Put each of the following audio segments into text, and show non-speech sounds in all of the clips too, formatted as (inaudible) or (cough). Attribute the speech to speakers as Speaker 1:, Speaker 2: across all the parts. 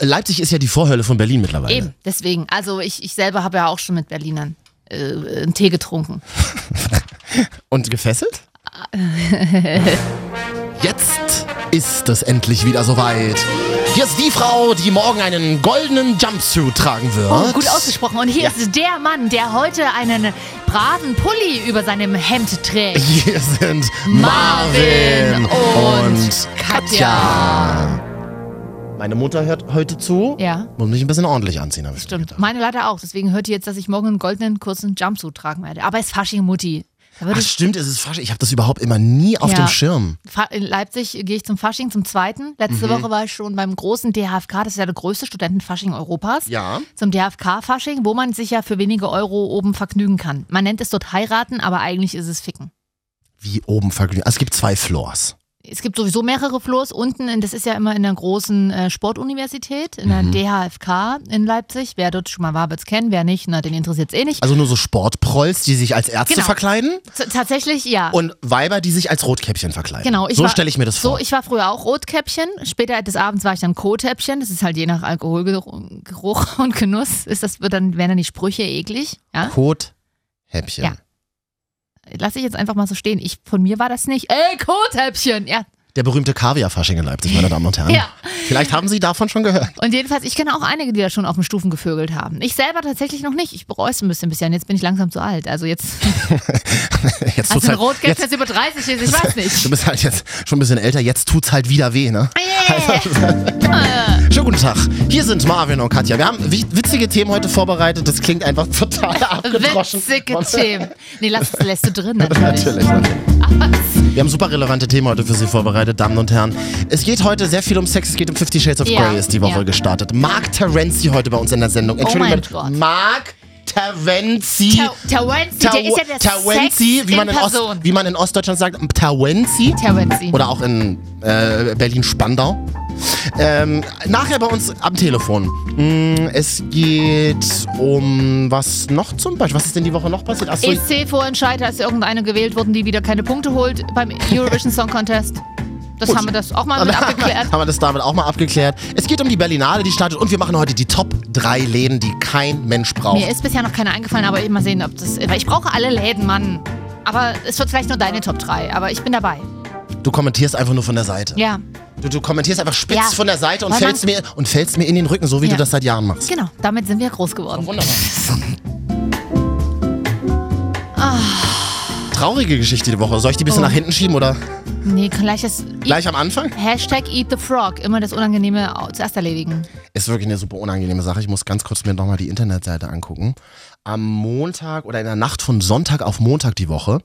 Speaker 1: Leipzig ist ja die Vorhölle von Berlin mittlerweile.
Speaker 2: Eben, deswegen. Also ich, ich selber habe ja auch schon mit Berlinern äh, einen Tee getrunken.
Speaker 1: Und
Speaker 2: (laughs)
Speaker 1: gefesselt? Jetzt ist es endlich wieder soweit. Hier ist die Frau, die morgen einen goldenen Jumpsuit tragen wird.
Speaker 2: Oh, gut ausgesprochen. Und hier ist der Mann, der heute einen braven Pulli über seinem Hemd trägt.
Speaker 1: Hier sind
Speaker 2: Marvin
Speaker 1: Marvin
Speaker 2: und
Speaker 1: und Katja. Meine Mutter hört heute zu.
Speaker 2: Ja.
Speaker 1: Muss mich ein bisschen ordentlich anziehen, habe ich mir
Speaker 2: Stimmt.
Speaker 1: gedacht.
Speaker 2: Meine leider auch. Deswegen hört ihr jetzt, dass ich morgen einen goldenen kurzen Jumpsuit tragen werde. Aber es ist Fasching Mutti. Da würde
Speaker 1: Ach,
Speaker 2: ich,
Speaker 1: stimmt, es ist Fasching. Ich habe das überhaupt immer nie auf
Speaker 2: Ja.
Speaker 1: dem Schirm.
Speaker 2: Fa- in Leipzig gehe ich zum Fasching, zum zweiten.
Speaker 1: Mhm.
Speaker 2: Letzte Woche war ich schon beim großen DHFK, das ist ja der größte Studentenfasching Europas.
Speaker 1: Ja.
Speaker 2: Zum DHFK-Fasching, wo man sich ja für wenige Euro oben vergnügen kann. Man nennt es dort heiraten, aber eigentlich ist es ficken.
Speaker 1: Wie oben vergnügt. Es gibt zwei Floors.
Speaker 2: Es gibt sowieso mehrere Floors unten, in- das ist ja immer in der großen äh, Sportuniversität, in der DHFK in Leipzig. Wer dort schon mal war, wird's kennen, wer nicht, na, den interessiert es eh nicht.
Speaker 1: Also nur so Sportprolls, die sich als Ärzte
Speaker 2: Genau.
Speaker 1: verkleiden.
Speaker 2: T tatsächlich, ja.
Speaker 1: Und Weiber, die sich als Rotkäppchen verkleiden.
Speaker 2: Genau, ich
Speaker 1: so
Speaker 2: war-
Speaker 1: stelle ich mir das
Speaker 2: so,
Speaker 1: vor.
Speaker 2: ich war früher auch Rotkäppchen. Später des Abends war ich dann Kotäppchen. Das ist halt je nach Alkoholgeruch (laughs) und Genuss. Ist das, wird dann, werden dann die Sprüche eklig. Ja?
Speaker 1: Kothäppchen.
Speaker 2: Ja. Lass ich jetzt einfach mal so stehen. Ich, von mir war das nicht. Ey, Kotäppchen! Ja.
Speaker 1: Der berühmte Kaviar-Fasching in Leipzig, meine Damen und Herren.
Speaker 2: Ja.
Speaker 1: Vielleicht haben Sie davon schon
Speaker 2: (laughs)
Speaker 1: gehört.
Speaker 2: Und jedenfalls, ich kenne auch einige, die da schon auf den Stufen gevögelt haben. Ich selber tatsächlich noch nicht. Ich bereue es ein bisschen bisher. Und jetzt bin ich langsam zu alt. Also jetzt,
Speaker 1: Jetzt
Speaker 2: als
Speaker 1: tut's halt,
Speaker 2: ein Also Rotkäppchen
Speaker 1: jetzt,
Speaker 2: jetzt über 30 ist,
Speaker 1: (laughs)
Speaker 2: ich weiß
Speaker 1: du
Speaker 2: nicht.
Speaker 1: bist halt jetzt schon ein bisschen älter, jetzt tut's halt wieder weh, ne?
Speaker 2: Ah,
Speaker 1: Also-
Speaker 2: (laughs)
Speaker 1: Schönen guten Tag. Hier sind Marvin und Katja. Wir haben wi- witzige Themen heute vorbereitet. Das klingt einfach
Speaker 2: (laughs)
Speaker 1: total abgedroschen.
Speaker 2: Witzige Themen. Nee, lass, lässt du drin natürlich.
Speaker 1: (laughs) Natürlich. Wir haben super relevante Themen heute für Sie vorbereitet, Damen und Herren. Es geht heute sehr viel um Sex, es geht um Fifty Shades of
Speaker 2: Ja,
Speaker 1: Grey, ist die Woche
Speaker 2: ja. Oh
Speaker 1: gestartet. Mark Terenzi heute bei uns in der Sendung. Entschuldigung,
Speaker 2: mein Gott.
Speaker 1: Mark Terenzi.
Speaker 2: Ta- Tawenzi, der ist ja der
Speaker 1: Tawenzi,
Speaker 2: Sex
Speaker 1: wie, man
Speaker 2: in
Speaker 1: in Ost,
Speaker 2: Person.
Speaker 1: wie man in Ostdeutschland sagt, Tawenzi.
Speaker 2: Tawenzi.
Speaker 1: Oder auch in äh, Berlin-Spandau. Ähm, nachher bei uns am Telefon. Mm, Es geht um was noch zum Beispiel. Was ist denn die Woche noch passiert? Achso,
Speaker 2: EC vorentscheider ist irgendeine gewählt worden, die wieder keine Punkte holt beim Eurovision Song Contest. Das haben wir das auch
Speaker 1: (laughs)
Speaker 2: mal mit abgeklärt.
Speaker 1: haben wir das damit auch mal abgeklärt. Es geht um die Berlinale, die startet. Und wir machen heute die Top 3 Läden, die kein Mensch braucht.
Speaker 2: Mir ist bisher noch keine eingefallen, aber ich mal sehen, ob das. Weil ich brauche alle Läden, Mann. Aber es wird vielleicht nur deine Top 3, aber ich bin dabei.
Speaker 1: Du kommentierst einfach nur von der Seite.
Speaker 2: Ja,
Speaker 1: Du, du kommentierst einfach spitz
Speaker 2: Ja.
Speaker 1: von der Seite und
Speaker 2: Weil
Speaker 1: fällst, mir, und fällst mir in den Rücken, so wie
Speaker 2: Ja.
Speaker 1: du das seit Jahren machst.
Speaker 2: genau. Damit sind wir groß geworden.
Speaker 1: Wunderbar. Traurige Geschichte die Woche. Soll ich die ein bisschen
Speaker 2: Ah. Oh.
Speaker 1: nach hinten schieben oder
Speaker 2: Nee, gleich das.
Speaker 1: gleich am Anfang?
Speaker 2: Hashtag Eat the Frog. Immer das Unangenehme zuerst erledigen.
Speaker 1: Ist wirklich eine super unangenehme Sache. Ich muss ganz kurz mir nochmal die Internetseite angucken. Am Montag oder in der Nacht von Sonntag auf Montag die Woche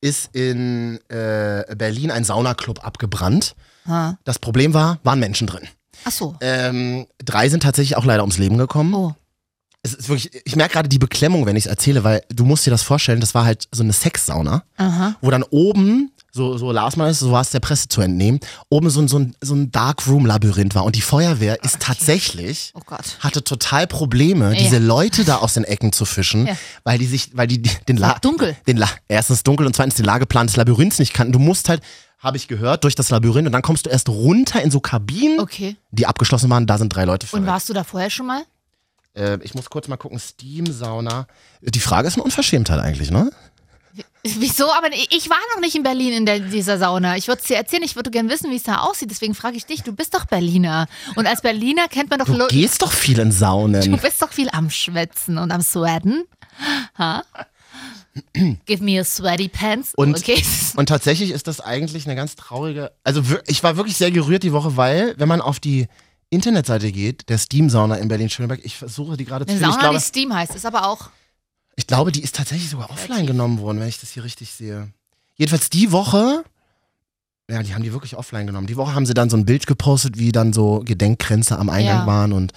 Speaker 1: ist in äh, Berlin ein Saunaclub abgebrannt.
Speaker 2: Ha.
Speaker 1: Das Problem war, waren Menschen drin.
Speaker 2: Ach so.
Speaker 1: Ähm, drei sind tatsächlich auch leider ums Leben gekommen.
Speaker 2: Oh.
Speaker 1: Es ist wirklich, ich merke gerade die Beklemmung, wenn ich es erzähle, weil du musst dir das vorstellen, das war halt so eine Sexsauna,
Speaker 2: Aha.
Speaker 1: wo dann oben, so, so las man es, so war es der Presse zu entnehmen, oben so ein, so ein, so ein Darkroom-Labyrinth war und die Feuerwehr ist tatsächlich,
Speaker 2: Oh Gott.
Speaker 1: hatte total Probleme,
Speaker 2: Ja.
Speaker 1: diese Leute da aus den Ecken zu fischen,
Speaker 2: Ja.
Speaker 1: weil die sich, weil die die- den La
Speaker 2: Dunkel.
Speaker 1: den La erstens dunkel und zweitens den Lageplan des Labyrinths nicht kannten. Du musst halt, habe ich gehört, durch das Labyrinth und dann kommst du erst runter in so Kabinen,
Speaker 2: Okay.
Speaker 1: die abgeschlossen waren, da sind drei Leute
Speaker 2: Und
Speaker 1: verreckt.
Speaker 2: warst du da vorher schon mal? (laughs)
Speaker 1: Äh, ich muss kurz mal gucken, Steam-Sauna. Die Frage ist eine Unverschämtheit eigentlich, ne?
Speaker 2: Wieso? Aber ich war noch nicht in Berlin in der, dieser Sauna. Ich würde es dir erzählen, ich würde gerne wissen, wie es da aussieht. Deswegen frage ich dich, du bist doch Berliner. Und als Berliner kennt man doch
Speaker 1: Du
Speaker 2: Lo-
Speaker 1: gehst doch viel in
Speaker 2: du
Speaker 1: Saunen.
Speaker 2: bist doch viel am Schwätzen und am Sweaten. Ha? Give me a sweaty pants.
Speaker 1: Und-
Speaker 2: (laughs) okay.
Speaker 1: Und tatsächlich ist das eigentlich eine ganz traurige. Also wir- ich war wirklich sehr gerührt die Woche, weil wenn man auf die Internetseite geht, der Steam-Sauna in Berlin-Schöneberg, ich versuche die gerade zu
Speaker 2: Eine
Speaker 1: finden. Ich
Speaker 2: Sauna, die
Speaker 1: glaube,
Speaker 2: Steam heißt, ist aber auch.
Speaker 1: ich glaube, die ist tatsächlich sogar offline genommen worden, wenn ich das hier richtig sehe. Jedenfalls die Woche. Ja, die haben die wirklich offline genommen. Die Woche haben sie dann so ein Bild gepostet, wie dann so Gedenkkränze am Eingang
Speaker 2: Ja.
Speaker 1: waren und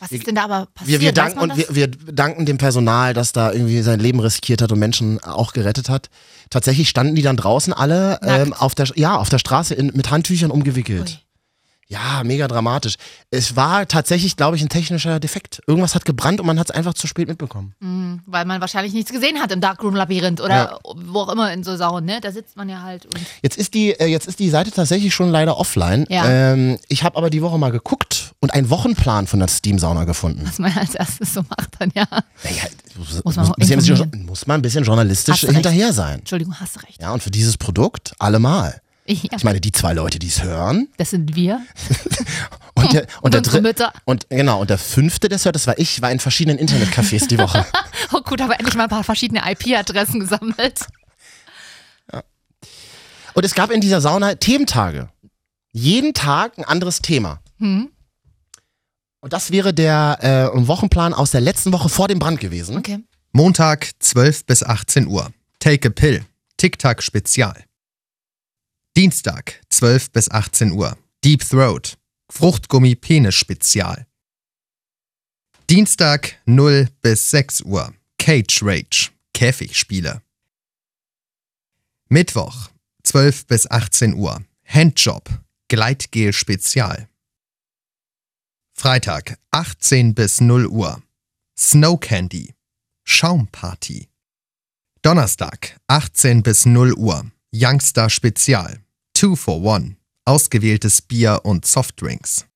Speaker 2: Was ist denn da aber
Speaker 1: Wir,
Speaker 2: passiert?
Speaker 1: wir,
Speaker 2: Weiß
Speaker 1: danken,
Speaker 2: man
Speaker 1: und
Speaker 2: das?
Speaker 1: wir, wir danken dem Personal, das da irgendwie sein Leben riskiert hat und Menschen auch gerettet hat. Tatsächlich standen die dann draußen alle ähm, auf, der, ja, auf der Straße in, mit Handtüchern umgewickelt.
Speaker 2: Ui.
Speaker 1: Ja, mega dramatisch. Es war tatsächlich, glaube ich, ein technischer Defekt. Irgendwas hat gebrannt und man hat es einfach zu spät mitbekommen.
Speaker 2: Mhm, weil man wahrscheinlich nichts gesehen hat im Darkroom-Labyrinth oder wo auch immer in so Sachen, ne? Da sitzt man ja halt und.
Speaker 1: Jetzt ist die, äh, jetzt ist die Seite tatsächlich schon leider offline.
Speaker 2: Ja.
Speaker 1: Ähm, ich habe aber die Woche mal geguckt und einen Wochenplan von der Steam-Sauna gefunden.
Speaker 2: Was man als erstes so macht dann, ja.
Speaker 1: Naja, muss,
Speaker 2: Muss man
Speaker 1: ein bisschen-
Speaker 2: informieren.
Speaker 1: muss man ein bisschen journalistisch
Speaker 2: Hast du recht.
Speaker 1: hinterher sein.
Speaker 2: Entschuldigung, hast du recht.
Speaker 1: Ja, und für dieses Produkt allemal.
Speaker 2: Ja,
Speaker 1: Ich meine, die zwei Leute, die es hören.
Speaker 2: das sind wir.
Speaker 1: Und
Speaker 2: (laughs)
Speaker 1: der, und der
Speaker 2: unsere
Speaker 1: dritte.
Speaker 2: Mütter.
Speaker 1: Und genau, und der fünfte, der es hört, das war ich, war in verschiedenen Internetcafés die
Speaker 2: (laughs)
Speaker 1: Woche.
Speaker 2: Oh gut, aber endlich mal ein paar verschiedene IP-Adressen gesammelt.
Speaker 1: Und es gab in dieser Sauna Thementage. Jeden Tag ein anderes Thema.
Speaker 2: Hm?
Speaker 1: Und das wäre der äh, Wochenplan aus der letzten Woche vor dem Brand gewesen.
Speaker 2: Okay.
Speaker 3: Montag 12 bis 18 Uhr. Take a Pill. TikTok Spezial. Dienstag 12 bis 18 Uhr. Deep Throat. Fruchtgummi Penis Spezial. Dienstag 0 bis 6 Uhr. Cage Rage. Käfigspiele. Mittwoch 12 bis 18 Uhr. Handjob. Gleitgel Spezial. Freitag 18 bis 0 Uhr. Snow Candy. Schaumparty. Donnerstag, 18 bis 0 Uhr. Youngster Spezial. Two for One. Ausgewähltes Bier und Softdrinks.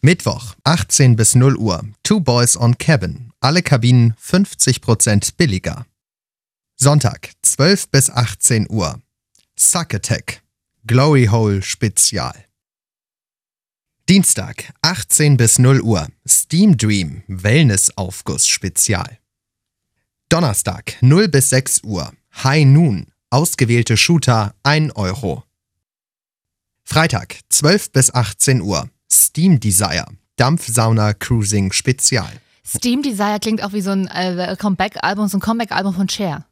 Speaker 3: Mittwoch, 18 bis 0 Uhr. Two Boys on Cabin. Alle Kabinen 50% billiger. Sonntag, 12 bis 18 Uhr. Suck Attack. Glory Hole Spezial. Dienstag, 18 bis 0 Uhr. Steam Dream. Wellnessaufguss Spezial. Donnerstag 0 bis 6 Uhr. High Noon. Ausgewählte Shooter 1 Euro. Freitag 12 bis 18 Uhr. Steam Desire. Dampfsauna Cruising Spezial.
Speaker 2: Steam Desire klingt auch wie so ein äh, Comeback-Album, so ein Comeback-Album von Cher.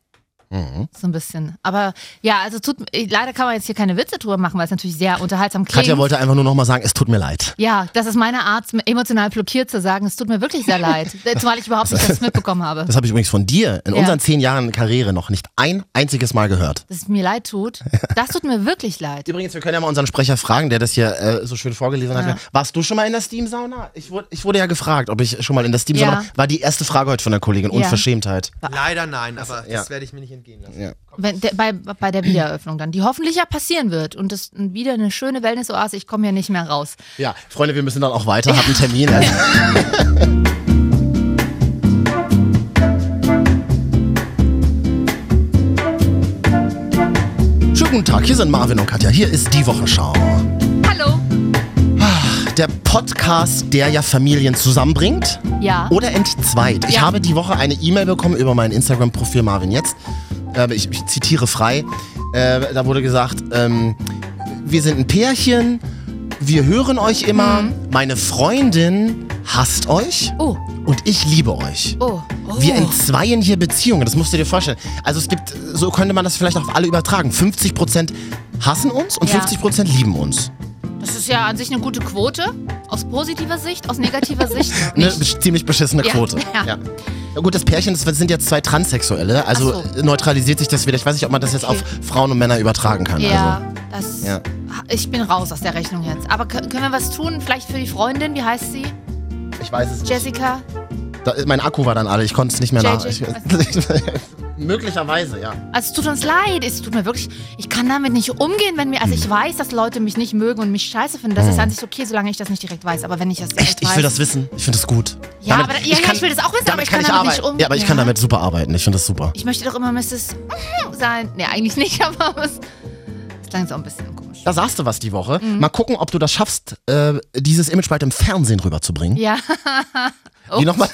Speaker 1: Mhm.
Speaker 2: So ein bisschen. Aber ja, also tut, eh, leider kann man jetzt hier keine Witze drüber machen, weil es natürlich sehr unterhaltsam klingt.
Speaker 1: Katja wollte einfach nur nochmal sagen, es tut mir leid.
Speaker 2: ja, das ist meine Art, emotional blockiert zu sagen, es tut mir wirklich sehr leid.
Speaker 1: (laughs)
Speaker 2: Zumal ich überhaupt nicht das mitbekommen habe.
Speaker 1: Das habe ich übrigens von dir in
Speaker 2: Ja.
Speaker 1: unseren zehn Jahren Karriere noch nicht ein einziges Mal gehört.
Speaker 2: Dass es mir leid tut, das tut mir wirklich leid.
Speaker 1: Übrigens, wir können ja mal unseren Sprecher fragen, der das hier äh, so schön vorgelesen hat. Warst du schon mal in der Steam-Sauna? Ich, wurde- ich wurde ja gefragt, ob ich schon mal in der Steam-Sauna
Speaker 2: Ja.
Speaker 1: war. die erste Frage heute von der Kollegin.
Speaker 2: Ja.
Speaker 1: Unverschämtheit.
Speaker 3: Leider nein, aber
Speaker 1: ja. das
Speaker 3: werde ich mir nicht entgehen lassen.
Speaker 1: Ja.
Speaker 2: Wenn, der, bei, bei der Wiedereröffnung dann, die hoffentlich ja passieren wird. Und das wieder eine schöne Wellness-Oase, ich komme hier nicht mehr raus.
Speaker 1: Ja, Freunde, wir müssen dann auch weiter, haben einen Termin. Also. (laughs) Schönen guten Tag, hier sind Marvin und Katja. Hier ist die Wochenschau. Ah,
Speaker 2: Hallo!
Speaker 1: Der Podcast, der ja Familien zusammenbringt
Speaker 2: Ja.
Speaker 1: oder entzweit. Ich
Speaker 2: Ja.
Speaker 1: habe die Woche eine E-Mail bekommen über mein Instagram-Profil Marvin jetzt. Ähm, ich, ich zitiere frei. Äh, da wurde gesagt, ähm, wir sind ein Pärchen, wir hören euch immer, meine Freundin hasst euch
Speaker 2: Mhm. Oh,
Speaker 1: und ich liebe euch.
Speaker 2: oh, oh.
Speaker 1: Wir entzweien hier Beziehungen, das musst du dir vorstellen. Also es gibt, so könnte man das vielleicht auf alle übertragen. 50% hassen uns und
Speaker 2: Ja.
Speaker 1: 50% lieben uns.
Speaker 2: Das ist ja an sich eine gute Quote. Aus positiver Sicht, aus
Speaker 1: (laughs)
Speaker 2: negativer Sicht.
Speaker 1: Eine
Speaker 2: nicht.
Speaker 1: Ne? besch- ziemlich beschissene
Speaker 2: Ja,
Speaker 1: Quote.
Speaker 2: ja.
Speaker 1: Ja, Gut, das Pärchen, das sind jetzt zwei Transsexuelle, also
Speaker 2: Ach
Speaker 1: neutralisiert sich das wieder. Ich weiß nicht, ob man das jetzt
Speaker 2: Okay.
Speaker 1: auf Frauen und Männer übertragen kann.
Speaker 2: Ja,
Speaker 1: Also.
Speaker 2: das.
Speaker 1: Ja.
Speaker 2: Ich bin raus aus der Rechnung jetzt. Aber kö- können wir was tun? Vielleicht für die Freundin? Wie heißt sie?
Speaker 1: Also, Ich weiß es nicht.
Speaker 2: Jessica?
Speaker 1: Da, mein Akku war dann alle, ich konnte es nicht mehr
Speaker 2: JJ.
Speaker 1: nach. Ich,
Speaker 2: (laughs)
Speaker 1: möglicherweise, ja.
Speaker 2: Also, es tut uns leid. Es tut mir wirklich. Ich kann damit nicht umgehen, wenn mir. Also,
Speaker 1: Hm.
Speaker 2: ich weiß, dass Leute mich nicht mögen und mich scheiße finden. Das ist an sich okay, solange ich das nicht direkt weiß. Aber wenn ich das direkt
Speaker 1: Echt, ich
Speaker 2: weiß.
Speaker 1: will das wissen. Ich finde das gut.
Speaker 2: Ja, aber da- ja, ja, ich will das auch wissen, aber ich kann damit nicht
Speaker 1: arbeiten.
Speaker 2: um-
Speaker 1: Ja, aber ich
Speaker 2: Ja.
Speaker 1: kann damit super arbeiten. Ich finde das super.
Speaker 2: Ich möchte doch immer Mrs. sein. Nee, eigentlich nicht, (laughs) aber es. Das klang jetzt auch ein bisschen komisch.
Speaker 1: Da sagst du was die Woche.
Speaker 2: Mhm.
Speaker 1: Mal gucken, ob du das schaffst, äh, dieses Image bald im Fernsehen rüberzubringen.
Speaker 2: Ja. Oh.
Speaker 1: Wie
Speaker 2: (laughs)
Speaker 1: nochmal?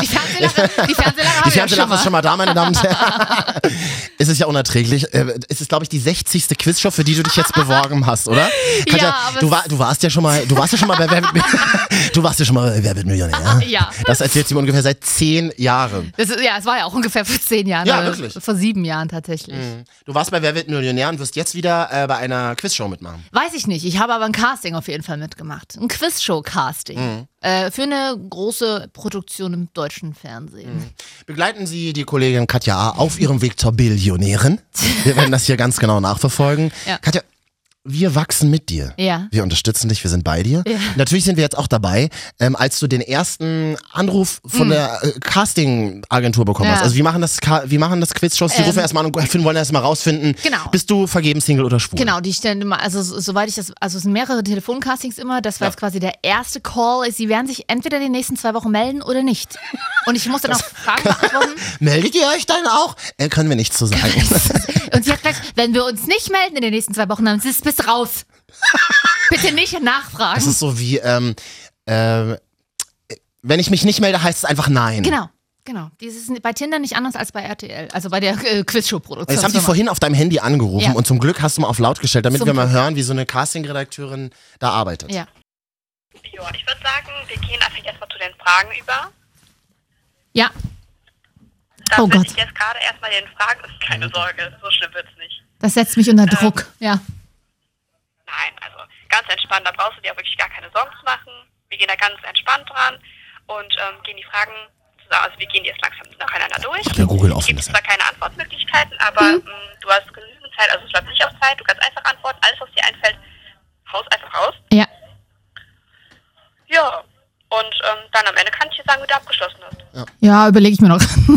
Speaker 2: Die Fernsehlache,
Speaker 1: (laughs)
Speaker 2: die Fernsehlache
Speaker 1: Die
Speaker 2: habe ich Ah, ja schon
Speaker 1: Fernsehlache ist
Speaker 2: mal.
Speaker 1: schon mal da, meine Damen
Speaker 2: (laughs)
Speaker 1: und Herren. es ist ja unerträglich. Äh, Es ist, glaube ich, die 60. Quizshow, für die du dich jetzt beworben hast, oder?
Speaker 2: aber
Speaker 1: du,
Speaker 2: es-
Speaker 1: war, du warst ja schon mal, du warst ja schon mal bei Wer wird, Millionär- (laughs) du warst ja schon mal bei Wer wird Millionär.
Speaker 2: Ah, Ja.
Speaker 1: Das erzählt sie mir ungefähr seit zehn Jahren.
Speaker 2: Das ist, ja, es war ja auch ungefähr vor zehn Jahren.
Speaker 1: Ja,
Speaker 2: oder
Speaker 1: wirklich. Mhm.
Speaker 2: Vor sieben Jahren tatsächlich.
Speaker 1: Du warst bei Wer wird Millionär und wirst jetzt wieder äh, bei einer Quizshow mitmachen.
Speaker 2: Weiß ich nicht. Ich habe aber ein Casting auf jeden Fall mitgemacht. Ein Quizshow-Casting.
Speaker 1: Mhm.
Speaker 2: Äh, für eine große Produktion im deutschen
Speaker 1: Mhm.
Speaker 2: Fernsehen.
Speaker 1: Begleiten Sie die Kollegin Katja A. auf ihrem Weg zur Billionärin. Wir werden das hier ganz genau nachverfolgen.
Speaker 2: (laughs) Ja.
Speaker 1: Katja, wir wachsen mit dir.
Speaker 2: Ja.
Speaker 1: Wir unterstützen dich, wir sind bei dir.
Speaker 2: Ja.
Speaker 1: Natürlich sind wir jetzt auch dabei, ähm, als du den ersten Anruf von der äh, Casting-Agentur bekommen
Speaker 2: Mhm. Ja.
Speaker 1: hast. Also wir machen das, Ka- wir machen das Quiz-Shows, die
Speaker 2: Ähm.
Speaker 1: rufen erstmal an und (laughs) finden- wollen erstmal rausfinden,
Speaker 2: Genau.
Speaker 1: bist du vergeben Single oder schwul?
Speaker 2: Genau, die stellen immer, also so- soweit ich das, also es sind mehrere Telefoncastings immer, das war
Speaker 1: Ja.
Speaker 2: jetzt quasi der erste Call. Sie werden sich entweder die nächsten zwei Wochen melden oder nicht. Und ich muss dann auch Fragen beantworten.
Speaker 1: (laughs) Meldet ihr euch dann auch? Äh, können wir nichts zu sagen.
Speaker 2: Und sie hat gesagt, wenn wir uns nicht melden in den nächsten zwei Wochen, dann ist bis raus. Bitte nicht nachfragen.
Speaker 1: Das ist so wie, ähm, ähm, wenn ich mich nicht melde, heißt es einfach nein.
Speaker 2: Genau, genau. Das ist bei Tinder nicht anders als bei RTL, also bei der äh, Quizshow-Produktion.
Speaker 1: Jetzt haben die vorhin auf deinem Handy angerufen
Speaker 2: Ja.
Speaker 1: und zum Glück hast du mal auf laut gestellt, damit
Speaker 2: Zum
Speaker 1: wir mal hören, wie so eine Casting-Redakteurin da arbeitet.
Speaker 2: Ja.
Speaker 4: Jo, ich würde sagen, wir gehen einfach erstmal zu den Fragen über.
Speaker 2: Ja,
Speaker 4: Da
Speaker 2: Oh
Speaker 4: bin
Speaker 2: Gott.
Speaker 4: ich jetzt gerade erstmal den Fragen. Keine Sorge, so schlimm wird's nicht.
Speaker 2: das setzt mich unter Druck. Ja.
Speaker 4: Nein, also ganz entspannt, da brauchst du dir auch wirklich gar keine Sorgen zu machen. Wir gehen da ganz entspannt dran und ähm, gehen die Fragen zusammen. Also wir gehen die jetzt langsam nacheinander durch.
Speaker 1: Ich hab ja Google offen,
Speaker 4: Es gibt
Speaker 1: deshalb.
Speaker 4: zwar keine Antwortmöglichkeiten, aber mh, du hast genügend Zeit, also es läuft nicht auf Zeit, du kannst einfach antworten, alles was dir einfällt, haus einfach raus.
Speaker 2: Ja.
Speaker 4: Ja. Und ähm, dann am Ende kann ich dir sagen, wie du abgeschlossen hast.
Speaker 2: Ja, überlege ich mir (laughs) noch.
Speaker 4: Okay,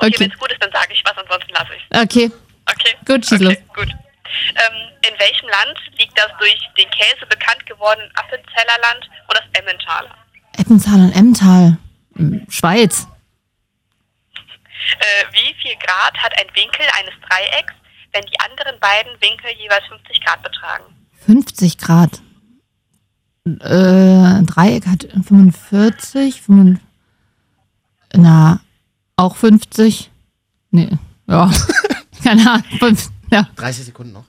Speaker 2: okay.
Speaker 4: wenn es gut ist, dann sage ich was, ansonsten lasse ich
Speaker 2: Okay.
Speaker 4: Okay.
Speaker 2: Gut, schieß
Speaker 4: okay,
Speaker 2: los.
Speaker 4: Gut. Ähm, in welchem Land liegt das durch den Käse bekannt gewordene Appenzellerland und das Emmentaler?
Speaker 2: Eppenthal und Emmental. Hm, Schweiz.
Speaker 4: Äh, wie viel Grad hat ein Winkel eines Dreiecks, wenn die anderen beiden Winkel jeweils 50 Grad betragen?
Speaker 2: 50 Grad. Äh, Dreieck hat 45, 55, na, auch 50. Nee, ja. (laughs) Keine Ahnung. Fünf, ja.
Speaker 1: 30 Sekunden noch.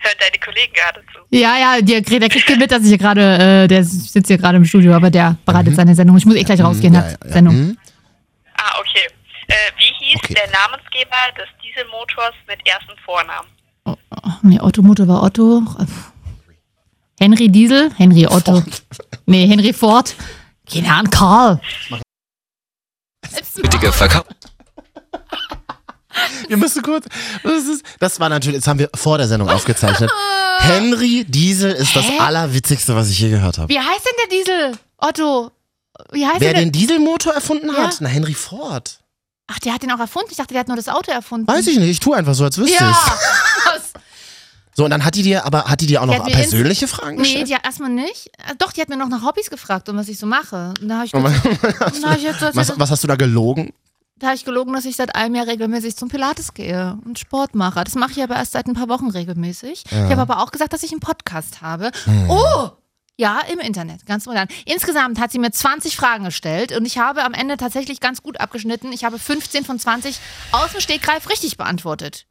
Speaker 4: Hört deine Kollegen gerade zu.
Speaker 2: ja, ja, der, kriegt- der kriegt hier mit, dass ich hier gerade, äh, der sitzt hier gerade im Studio, aber der bereitet seine Sendung. Ich muss eh gleich rausgehen,
Speaker 1: Mhm. Ja,
Speaker 2: hat
Speaker 1: ja, ja.
Speaker 2: Sendung.
Speaker 1: Hm?
Speaker 4: Ah, okay. Äh, wie hieß
Speaker 1: Okay.
Speaker 4: der Namensgeber des Dieselmotors mit ersten Vornamen?
Speaker 2: Ach nee, Otto Motor war Otto. Pff. Henry Diesel? Henry Otto. Nee, Henry Ford. Keine Ahnung, Karl.
Speaker 5: Digga, verkau
Speaker 1: Wir müssen kurz. Das, ist, das war natürlich, das haben wir vor der Sendung
Speaker 2: (laughs)
Speaker 1: aufgezeichnet. Henry Diesel ist das
Speaker 2: Hä?
Speaker 1: Allerwitzigste, was ich je gehört habe.
Speaker 2: Wie heißt denn der Diesel? Otto. Wie heißt
Speaker 1: Wer
Speaker 2: denn der?
Speaker 1: den Dieselmotor erfunden
Speaker 2: Ja.
Speaker 1: hat? Na, Henry Ford.
Speaker 2: Ach, der hat den auch erfunden. Ich dachte, der hat nur das Auto erfunden.
Speaker 1: Weiß ich nicht, ich tue einfach so, als wüsste (laughs)
Speaker 2: Ja.
Speaker 1: ich So, und dann hat die dir, aber hat die dir auch
Speaker 2: Die
Speaker 1: noch
Speaker 2: hat mir ins-
Speaker 1: persönliche Fragen
Speaker 2: nee,
Speaker 1: gestellt?
Speaker 2: die hat erstmal nicht. Äh, Doch, die hat mir noch nach Hobbys gefragt und was ich so mache. Und da habe ich,
Speaker 1: Oh
Speaker 2: ge-
Speaker 1: mein-
Speaker 2: da hab ich, jetzt so
Speaker 1: (laughs)
Speaker 2: erzählt,
Speaker 1: was, was hast du da gelogen?
Speaker 2: da hab ich gelogen, dass ich seit einem Jahr regelmäßig zum Pilates gehe und Sport mache. Das mache ich aber erst seit ein paar Wochen regelmäßig. Ich habe aber auch gesagt, dass ich einen Podcast habe.
Speaker 1: Hm.
Speaker 2: Oh! Ja, im Internet, ganz modern. Insgesamt hat sie mir 20 Fragen gestellt und ich habe am Ende tatsächlich ganz gut abgeschnitten. Ich habe 15 von 20 aus dem Stegreif richtig beantwortet.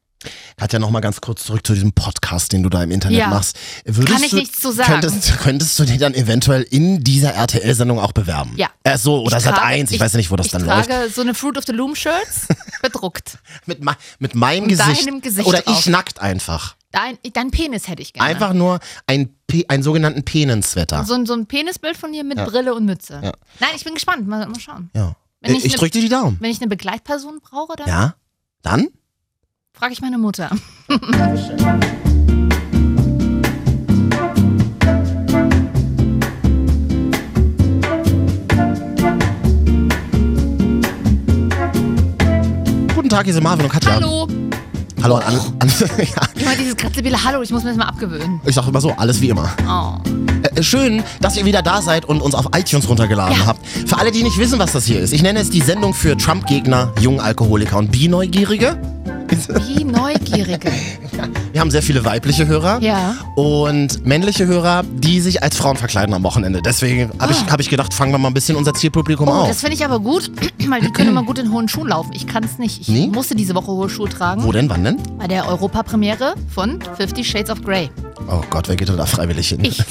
Speaker 1: Hat ja noch mal ganz kurz zurück zu diesem Podcast, den du da im Internet
Speaker 2: Ja.
Speaker 1: machst. Würdest
Speaker 2: Kann ich
Speaker 1: du,
Speaker 2: nichts zu sagen.
Speaker 1: Könntest, (laughs) könntest du den dann eventuell in dieser RTL-Sendung auch bewerben?
Speaker 2: Ja.
Speaker 1: Äh, so, oder
Speaker 2: Ich
Speaker 1: Sat
Speaker 2: trage-
Speaker 1: 1, ich, weiß ja nicht, wo das
Speaker 2: ich
Speaker 1: dann
Speaker 2: Ich
Speaker 1: läuft.
Speaker 2: trage so eine Fruit of the
Speaker 1: (laughs)
Speaker 2: Loom Shirts, bedruckt.
Speaker 1: Mit, ma- mit meinem
Speaker 2: Mit
Speaker 1: Gesicht.
Speaker 2: deinem Gesicht
Speaker 1: Oder
Speaker 2: drauf.
Speaker 1: ich nackt einfach.
Speaker 2: Dein, dein Penis hätte ich gerne. Also,
Speaker 1: Einfach nur ein Pe einen sogenannten Penenswetter.
Speaker 2: so, ein- so ein Penisbild von dir mit Brille und Mütze. Nein, ich bin gespannt. Mal, mal schauen.
Speaker 1: ja.
Speaker 2: Wenn
Speaker 1: Äh,
Speaker 2: ich
Speaker 1: ich
Speaker 2: ne-
Speaker 1: drück dir die Daumen.
Speaker 2: Wenn ich eine Begleitperson brauche, dann
Speaker 1: Ja? Dann?
Speaker 2: frage ich meine Mutter.
Speaker 1: Guten Tag, hier sind Marvin und Katja.
Speaker 2: Hallo!
Speaker 1: Hallo an, an (laughs) ja,
Speaker 2: Immer dieses kratzebile Hallo, ich muss mir das mal abgewöhnen.
Speaker 1: Ich sag immer so, alles wie immer.
Speaker 2: Oh.
Speaker 1: Äh, schön, dass ihr wieder da seid und uns auf iTunes runtergeladen habt. Für alle, die nicht wissen, was das hier ist. Ich nenne es die Sendung für Trump-Gegner, jungen Alkoholiker und Bi-Neugierige.
Speaker 2: Wie Neugierige.
Speaker 1: Wir haben sehr viele weibliche Hörer.
Speaker 2: Ja.
Speaker 1: Und männliche Hörer, die sich als Frauen verkleiden am Wochenende. Deswegen habe ich, hab ich gedacht, fangen wir mal ein bisschen unser Zielpublikum
Speaker 2: Ah. Oh, das
Speaker 1: auf.
Speaker 2: finde ich aber gut, (clears throat) weil die können immer gut in hohen Schuhen laufen. Ich kann es nicht. Ich
Speaker 1: Nee?
Speaker 2: musste diese Woche hohe Schuhe tragen.
Speaker 1: Wo denn? Wann denn?
Speaker 2: Bei der Europapremiere von Fifty Shades of Grey.
Speaker 1: Oh Gott, wer geht denn da freiwillig hin? (laughs)
Speaker 2: Ich.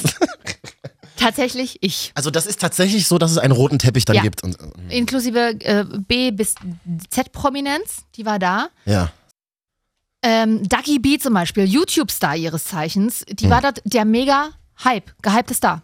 Speaker 2: Tatsächlich ich.
Speaker 1: Also das ist tatsächlich so, dass es einen roten Teppich dann
Speaker 2: Ja.
Speaker 1: gibt. Und,
Speaker 2: Inklusive äh, B bis Z-Prominenz, die war da.
Speaker 1: ja.
Speaker 2: Ähm, Ducky B zum Beispiel, YouTube-Star ihres Zeichens, die
Speaker 1: Hm.
Speaker 2: war dort der mega Hype, gehypte Star.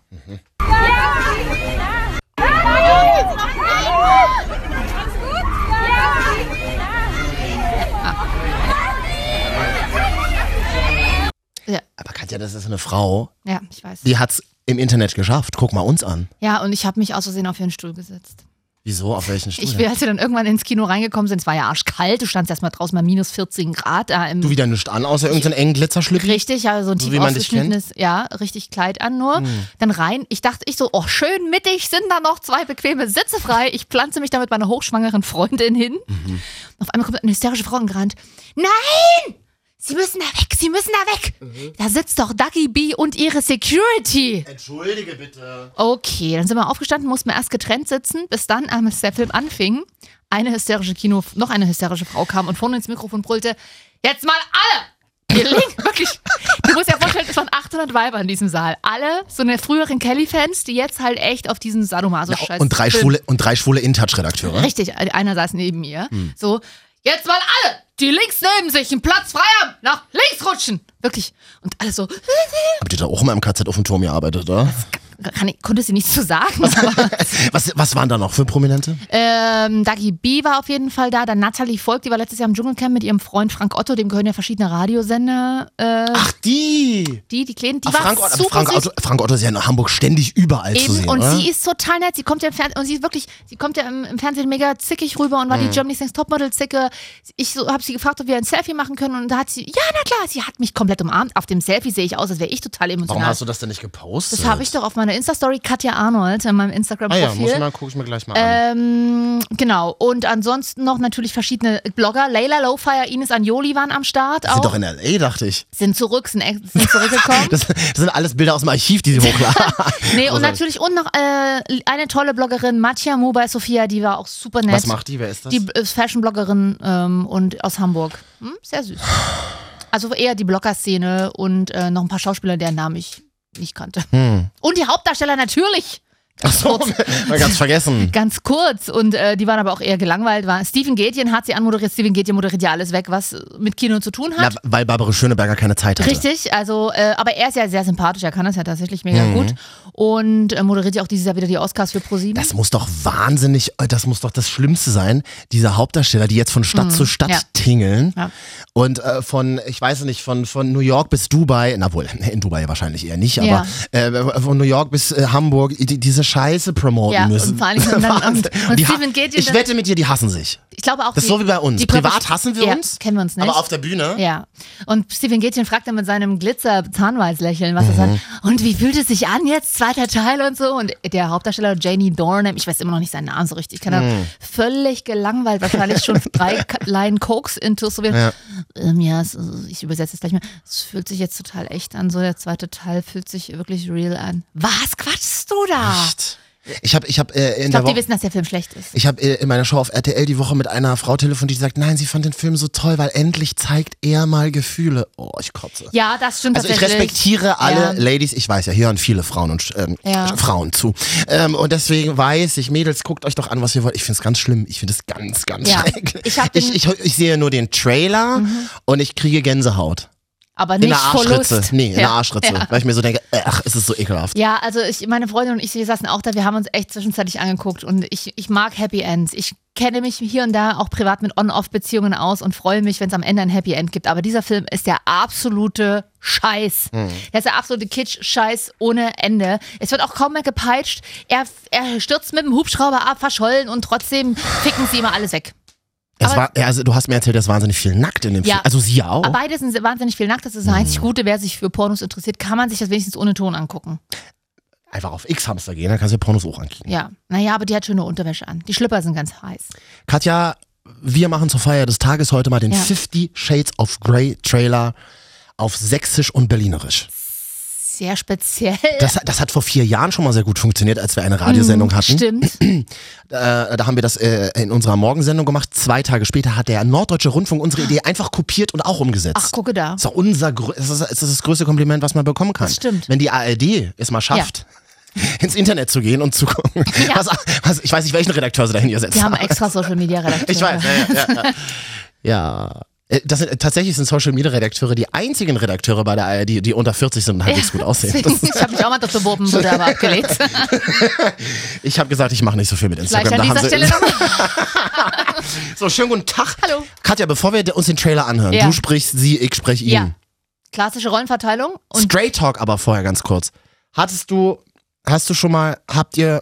Speaker 1: ja, das ist eine Frau,
Speaker 2: Ja, ich weiß.
Speaker 1: die hat's im Internet geschafft. Guck mal uns an.
Speaker 2: Ja, und ich habe mich aus Versehen auf ihren Stuhl gesetzt.
Speaker 1: Wieso? Auf welchen Stuhl?
Speaker 2: Ich
Speaker 1: denn?
Speaker 2: will, als wir dann irgendwann ins Kino reingekommen sind, es war ja arschkalt, du standst erstmal draußen bei minus 14 Grad. Äh, im
Speaker 1: du wieder nichts an, außer irgendeinen engen Glitzerschlüppi?
Speaker 2: Richtig, also so ein
Speaker 1: So
Speaker 2: tief
Speaker 1: wie man dich Hm.
Speaker 2: ausgeschnittenes, ja, richtig Kleid an nur. Dann rein. Ich dachte, ich so, oh, schön mittig, sind da noch zwei bequeme Sitze frei. Ich pflanze mich da mit meiner hochschwangeren Freundin hin.
Speaker 1: Mhm.
Speaker 2: Auf einmal kommt eine hysterische Frau angerannt. Nein! Sie müssen da weg, sie müssen da weg.
Speaker 1: Mhm.
Speaker 2: Da sitzt doch Ducky B und ihre Security.
Speaker 1: Entschuldige bitte.
Speaker 2: Okay, dann sind wir aufgestanden, mussten wir erst getrennt sitzen, bis dann, als der Film anfing, eine hysterische Kino, noch eine hysterische Frau kam und vorne ins Mikrofon brüllte, jetzt mal
Speaker 1: (laughs)
Speaker 2: alle! Ihr Link, wirklich. Du musst dir vorstellen, es waren 800 Weiber in diesem Saal. Alle so eine früheren Kelly-Fans, die jetzt halt echt auf diesen Sadomaso-Scheiß
Speaker 1: und drei
Speaker 2: Film-
Speaker 1: schwule, ne? und drei schwule InTouch-Redakteure.
Speaker 2: Richtig, äh, einer saß neben mir.
Speaker 1: Hm.
Speaker 2: So, jetzt mal alle, die links neben sich einen Platz frei haben, nach links rutschen. Wirklich. Und alle so, (laughs)
Speaker 1: Habt ihr da auch immer im KZ auf dem Turm gearbeitet, oder?
Speaker 2: kann ich, konnte sie nichts zu sagen, (laughs) aber...
Speaker 1: Was, was waren da noch für Prominente?
Speaker 2: Ähm, Dagi B war auf jeden Fall da. Dann Natalie Volk, die war letztes Jahr im Dschungelcamp mit ihrem Freund Frank Otto. Dem gehören ja verschiedene Radiosender. Äh,
Speaker 1: Ach, die!
Speaker 2: die, die Kleinen, die
Speaker 1: Ah,
Speaker 2: war
Speaker 1: Frank, Otto-
Speaker 2: super
Speaker 1: Frank,
Speaker 2: süß.
Speaker 1: Otto, Frank Otto ist ja in Hamburg ständig überall zu
Speaker 2: Eben,
Speaker 1: sehen,
Speaker 2: und
Speaker 1: oder?
Speaker 2: sie ist total nett. Sie kommt ja im Fernsehen und sie ist wirklich, sie kommt ja im, im Fernsehen mega zickig rüber und war
Speaker 1: Mhm.
Speaker 2: die Germany's Next Topmodel-Zicke. Ich so, habe sie gefragt, ob wir ein Selfie machen können und da hat sie, ja, na klar, sie hat mich komplett umarmt. Auf dem Selfie sehe ich aus, als wäre ich total emotional.
Speaker 1: Warum hast du das denn nicht gepostet?
Speaker 2: das habe ich doch auf meiner Insta-Story Katja Arnold in meinem
Speaker 1: Ah ja, muss
Speaker 2: Instagram-Profil.
Speaker 1: ich mal, guck ich mir gleich mal an.
Speaker 2: Ähm, genau. Und ansonsten noch natürlich verschiedene Blogger. Layla Lowfire, Ines Anjoli waren am Start.
Speaker 1: Sind
Speaker 2: Auch.
Speaker 1: doch in L.A., dachte ich.
Speaker 2: Sind zurück, sind, ex- sind zurückgekommen.
Speaker 1: (laughs) Das, das sind alles Bilder aus dem Archiv, die sie hochladen.
Speaker 2: (laughs) nee, und
Speaker 1: großartig.
Speaker 2: natürlich und noch äh, eine tolle Bloggerin, Matja Mobile Sophia, die war auch super nett.
Speaker 1: Was macht die? Wer ist das?
Speaker 2: Die äh, Fashion-Bloggerin ähm, und aus Hamburg. Hm, sehr süß. Also eher die Blogger-Szene und äh, noch ein paar Schauspieler, deren Namen ich nicht kannte.
Speaker 1: Hm.
Speaker 2: Und die Hauptdarsteller natürlich.
Speaker 1: Ach so, (laughs) mal ganz
Speaker 2: (laughs)
Speaker 1: vergessen.
Speaker 2: Ganz kurz und äh, die waren aber auch eher gelangweilt. War. Steven Gätjen hat sie anmoderiert. Steven Gätjen moderiert ja alles weg, was mit Kino zu tun
Speaker 1: Na,
Speaker 2: hat.
Speaker 1: weil Barbara Schöneberger keine Zeit hatte.
Speaker 2: Richtig, also, äh, aber er ist ja sehr sympathisch, er kann das ja tatsächlich mega
Speaker 1: Mhm.
Speaker 2: gut und äh, moderiert ja auch dieses Jahr wieder die Oscars für ProSieben.
Speaker 1: Das muss doch wahnsinnig, äh, das muss doch das Schlimmste sein, diese Hauptdarsteller, die jetzt von Stadt zu Stadt
Speaker 2: Mhm, ja.
Speaker 1: tingeln
Speaker 2: Ja.
Speaker 1: und äh, von, ich weiß nicht, von, von New York bis Dubai, na wohl, (laughs) in Dubai wahrscheinlich eher nicht, aber äh, von New York bis äh, Hamburg die, diese Scheiße promoten
Speaker 2: Ja, und
Speaker 1: müssen.
Speaker 2: vor allen Dingen
Speaker 1: (laughs)
Speaker 2: und dann-
Speaker 1: Wahnsinn.
Speaker 2: und- und
Speaker 1: die ha-
Speaker 2: Steven geht ihr
Speaker 1: Ich
Speaker 2: dann-
Speaker 1: wette mit dir, die hassen sich.
Speaker 2: ich glaube auch
Speaker 1: Das ist
Speaker 2: die-
Speaker 1: so wie bei uns.
Speaker 2: die
Speaker 1: Privat
Speaker 2: Körper-
Speaker 1: hassen wir
Speaker 2: ja,
Speaker 1: uns,
Speaker 2: kennen wir uns nicht.
Speaker 1: aber auf der Bühne.
Speaker 2: ja. Und Steven Gätjen fragt dann mit seinem Glitzer Zahnweißlächeln, was das
Speaker 1: Mhm.
Speaker 2: hat. Und wie fühlt es sich an jetzt, zweiter Teil und so? Und der Hauptdarsteller Janie Dornham, ich weiß immer noch nicht seinen Namen so richtig, kann er
Speaker 1: Mhm.
Speaker 2: völlig gelangweilt, wahrscheinlich
Speaker 1: (laughs)
Speaker 2: schon drei Ka- Line Cokes intus. So wie,
Speaker 1: Ja.
Speaker 2: ähm, ja, es, also ich übersetze es gleich mal. Es fühlt sich jetzt total echt an, so der zweite Teil fühlt sich wirklich real an. Was quatschst du da?
Speaker 1: Echt? Ich habe ich hab, äh, in
Speaker 2: Ich
Speaker 1: der
Speaker 2: glaube,
Speaker 1: Woche...
Speaker 2: die wissen, dass der Film schlecht ist.
Speaker 1: Ich habe in meiner Show auf RTL die Woche mit einer Frau telefoniert, die sagt, nein, sie fand den Film so toll, weil endlich zeigt er mal Gefühle. Oh, ich kotze.
Speaker 2: Ja, das stimmt
Speaker 1: Also ich
Speaker 2: tatsächlich.
Speaker 1: respektiere
Speaker 2: Ja.
Speaker 1: alle Ladies, ich weiß ja, hier hören viele Frauen und ähm,
Speaker 2: Ja.
Speaker 1: Frauen zu. Ähm, und deswegen weiß ich, Mädels, guckt euch doch an, was ihr wollt. Ich finde es ganz schlimm. Ich finde es ganz, ganz
Speaker 2: Ja.
Speaker 1: schrecklich.
Speaker 2: Ich hab den-
Speaker 1: ich, ich, ich sehe nur den Trailer und ich kriege Gänsehaut.
Speaker 2: Aber
Speaker 1: In
Speaker 2: nicht
Speaker 1: der
Speaker 2: vor
Speaker 1: Arschritze.
Speaker 2: Lust.
Speaker 1: Nee, in der
Speaker 2: ja.
Speaker 1: Arschritze. Weil ich mir so denke, ach, es ist so ekelhaft.
Speaker 2: Ja, also ich, meine Freundin und ich, wir saßen auch da, wir haben uns echt zwischenzeitlich angeguckt und ich, ich mag Happy Ends. Ich kenne mich hier und da auch privat mit On-Off-Beziehungen aus und freue mich, wenn es am Ende ein Happy End gibt. Aber dieser Film ist der absolute Scheiß. Der ist der absolute Kitsch-Scheiß ohne Ende. Es wird auch kaum mehr gepeitscht. Er, er stürzt mit dem Hubschrauber ab, verschollen und trotzdem ficken sie immer alles weg.
Speaker 1: Es
Speaker 2: aber-
Speaker 1: war, ja, also, du hast mir erzählt, es wahnsinnig viel nackt in dem
Speaker 2: Ja.
Speaker 1: Film. Also sie auch.
Speaker 2: Aber beide sind wahnsinnig viel nackt. Das ist das einzig Gute. Wer sich für Pornos interessiert, kann man sich das wenigstens ohne Ton angucken.
Speaker 1: Einfach auf X-Hamster gehen, dann kannst du dir Pornos auch ankicken.
Speaker 2: Ja. Naja, aber die hat schöne Unterwäsche an. Die Schlipper sind ganz heiß.
Speaker 1: Katja, wir machen zur Feier des Tages heute mal den
Speaker 2: Ja.
Speaker 1: 50 Shades of Grey Trailer auf Sächsisch und Berlinerisch.
Speaker 2: Sehr speziell.
Speaker 1: Das, das hat vor vier Jahren schon mal sehr gut funktioniert, als wir eine Radiosendung hatten.
Speaker 2: Mhm,
Speaker 1: (clears throat)
Speaker 2: Stimmt.
Speaker 1: Äh, da haben wir das äh, in unserer Morgensendung gemacht. Zwei Tage später hat der Norddeutsche Rundfunk unsere Idee einfach kopiert und auch umgesetzt.
Speaker 2: Ach, gucke da.
Speaker 1: Das ist, doch unser, grö- das, ist, das ist das größte Kompliment, was man bekommen kann.
Speaker 2: Das stimmt.
Speaker 1: Wenn die ARD es mal schafft, ins Internet zu gehen und zu gucken.
Speaker 2: Ja.
Speaker 1: Was, was, ich weiß nicht, welchen Redakteur sie dahin gesetzt
Speaker 2: Die haben extra Social Media Redakteure.
Speaker 1: Ich weiß, ja, ja, ja, ja. (laughs) ja. Äh, Das sind, äh, tatsächlich sind Social Media Redakteure die einzigen Redakteure bei der ARD, die unter 40 sind und halbwegs gut aussehen.
Speaker 2: Deswegen, ich habe mich auch mal dort beworben, wurde aber
Speaker 1: (laughs)
Speaker 2: abgelehnt.
Speaker 1: Ich habe gesagt, ich mache nicht so viel mit Instagram.
Speaker 2: Vielleicht an
Speaker 1: Da haben
Speaker 2: dieser
Speaker 1: sie-
Speaker 2: Stelle nochmal.
Speaker 1: (laughs) so, schönen guten Tag.
Speaker 2: Hallo.
Speaker 1: Katja, bevor wir uns den Trailer anhören,
Speaker 2: Ja.
Speaker 1: du sprichst sie, ich spreche (laughs) ihn.
Speaker 2: Ja. Klassische Rollenverteilung. Und
Speaker 1: Straight Talk aber vorher ganz kurz. Hattest du, hast du schon mal, habt ihr,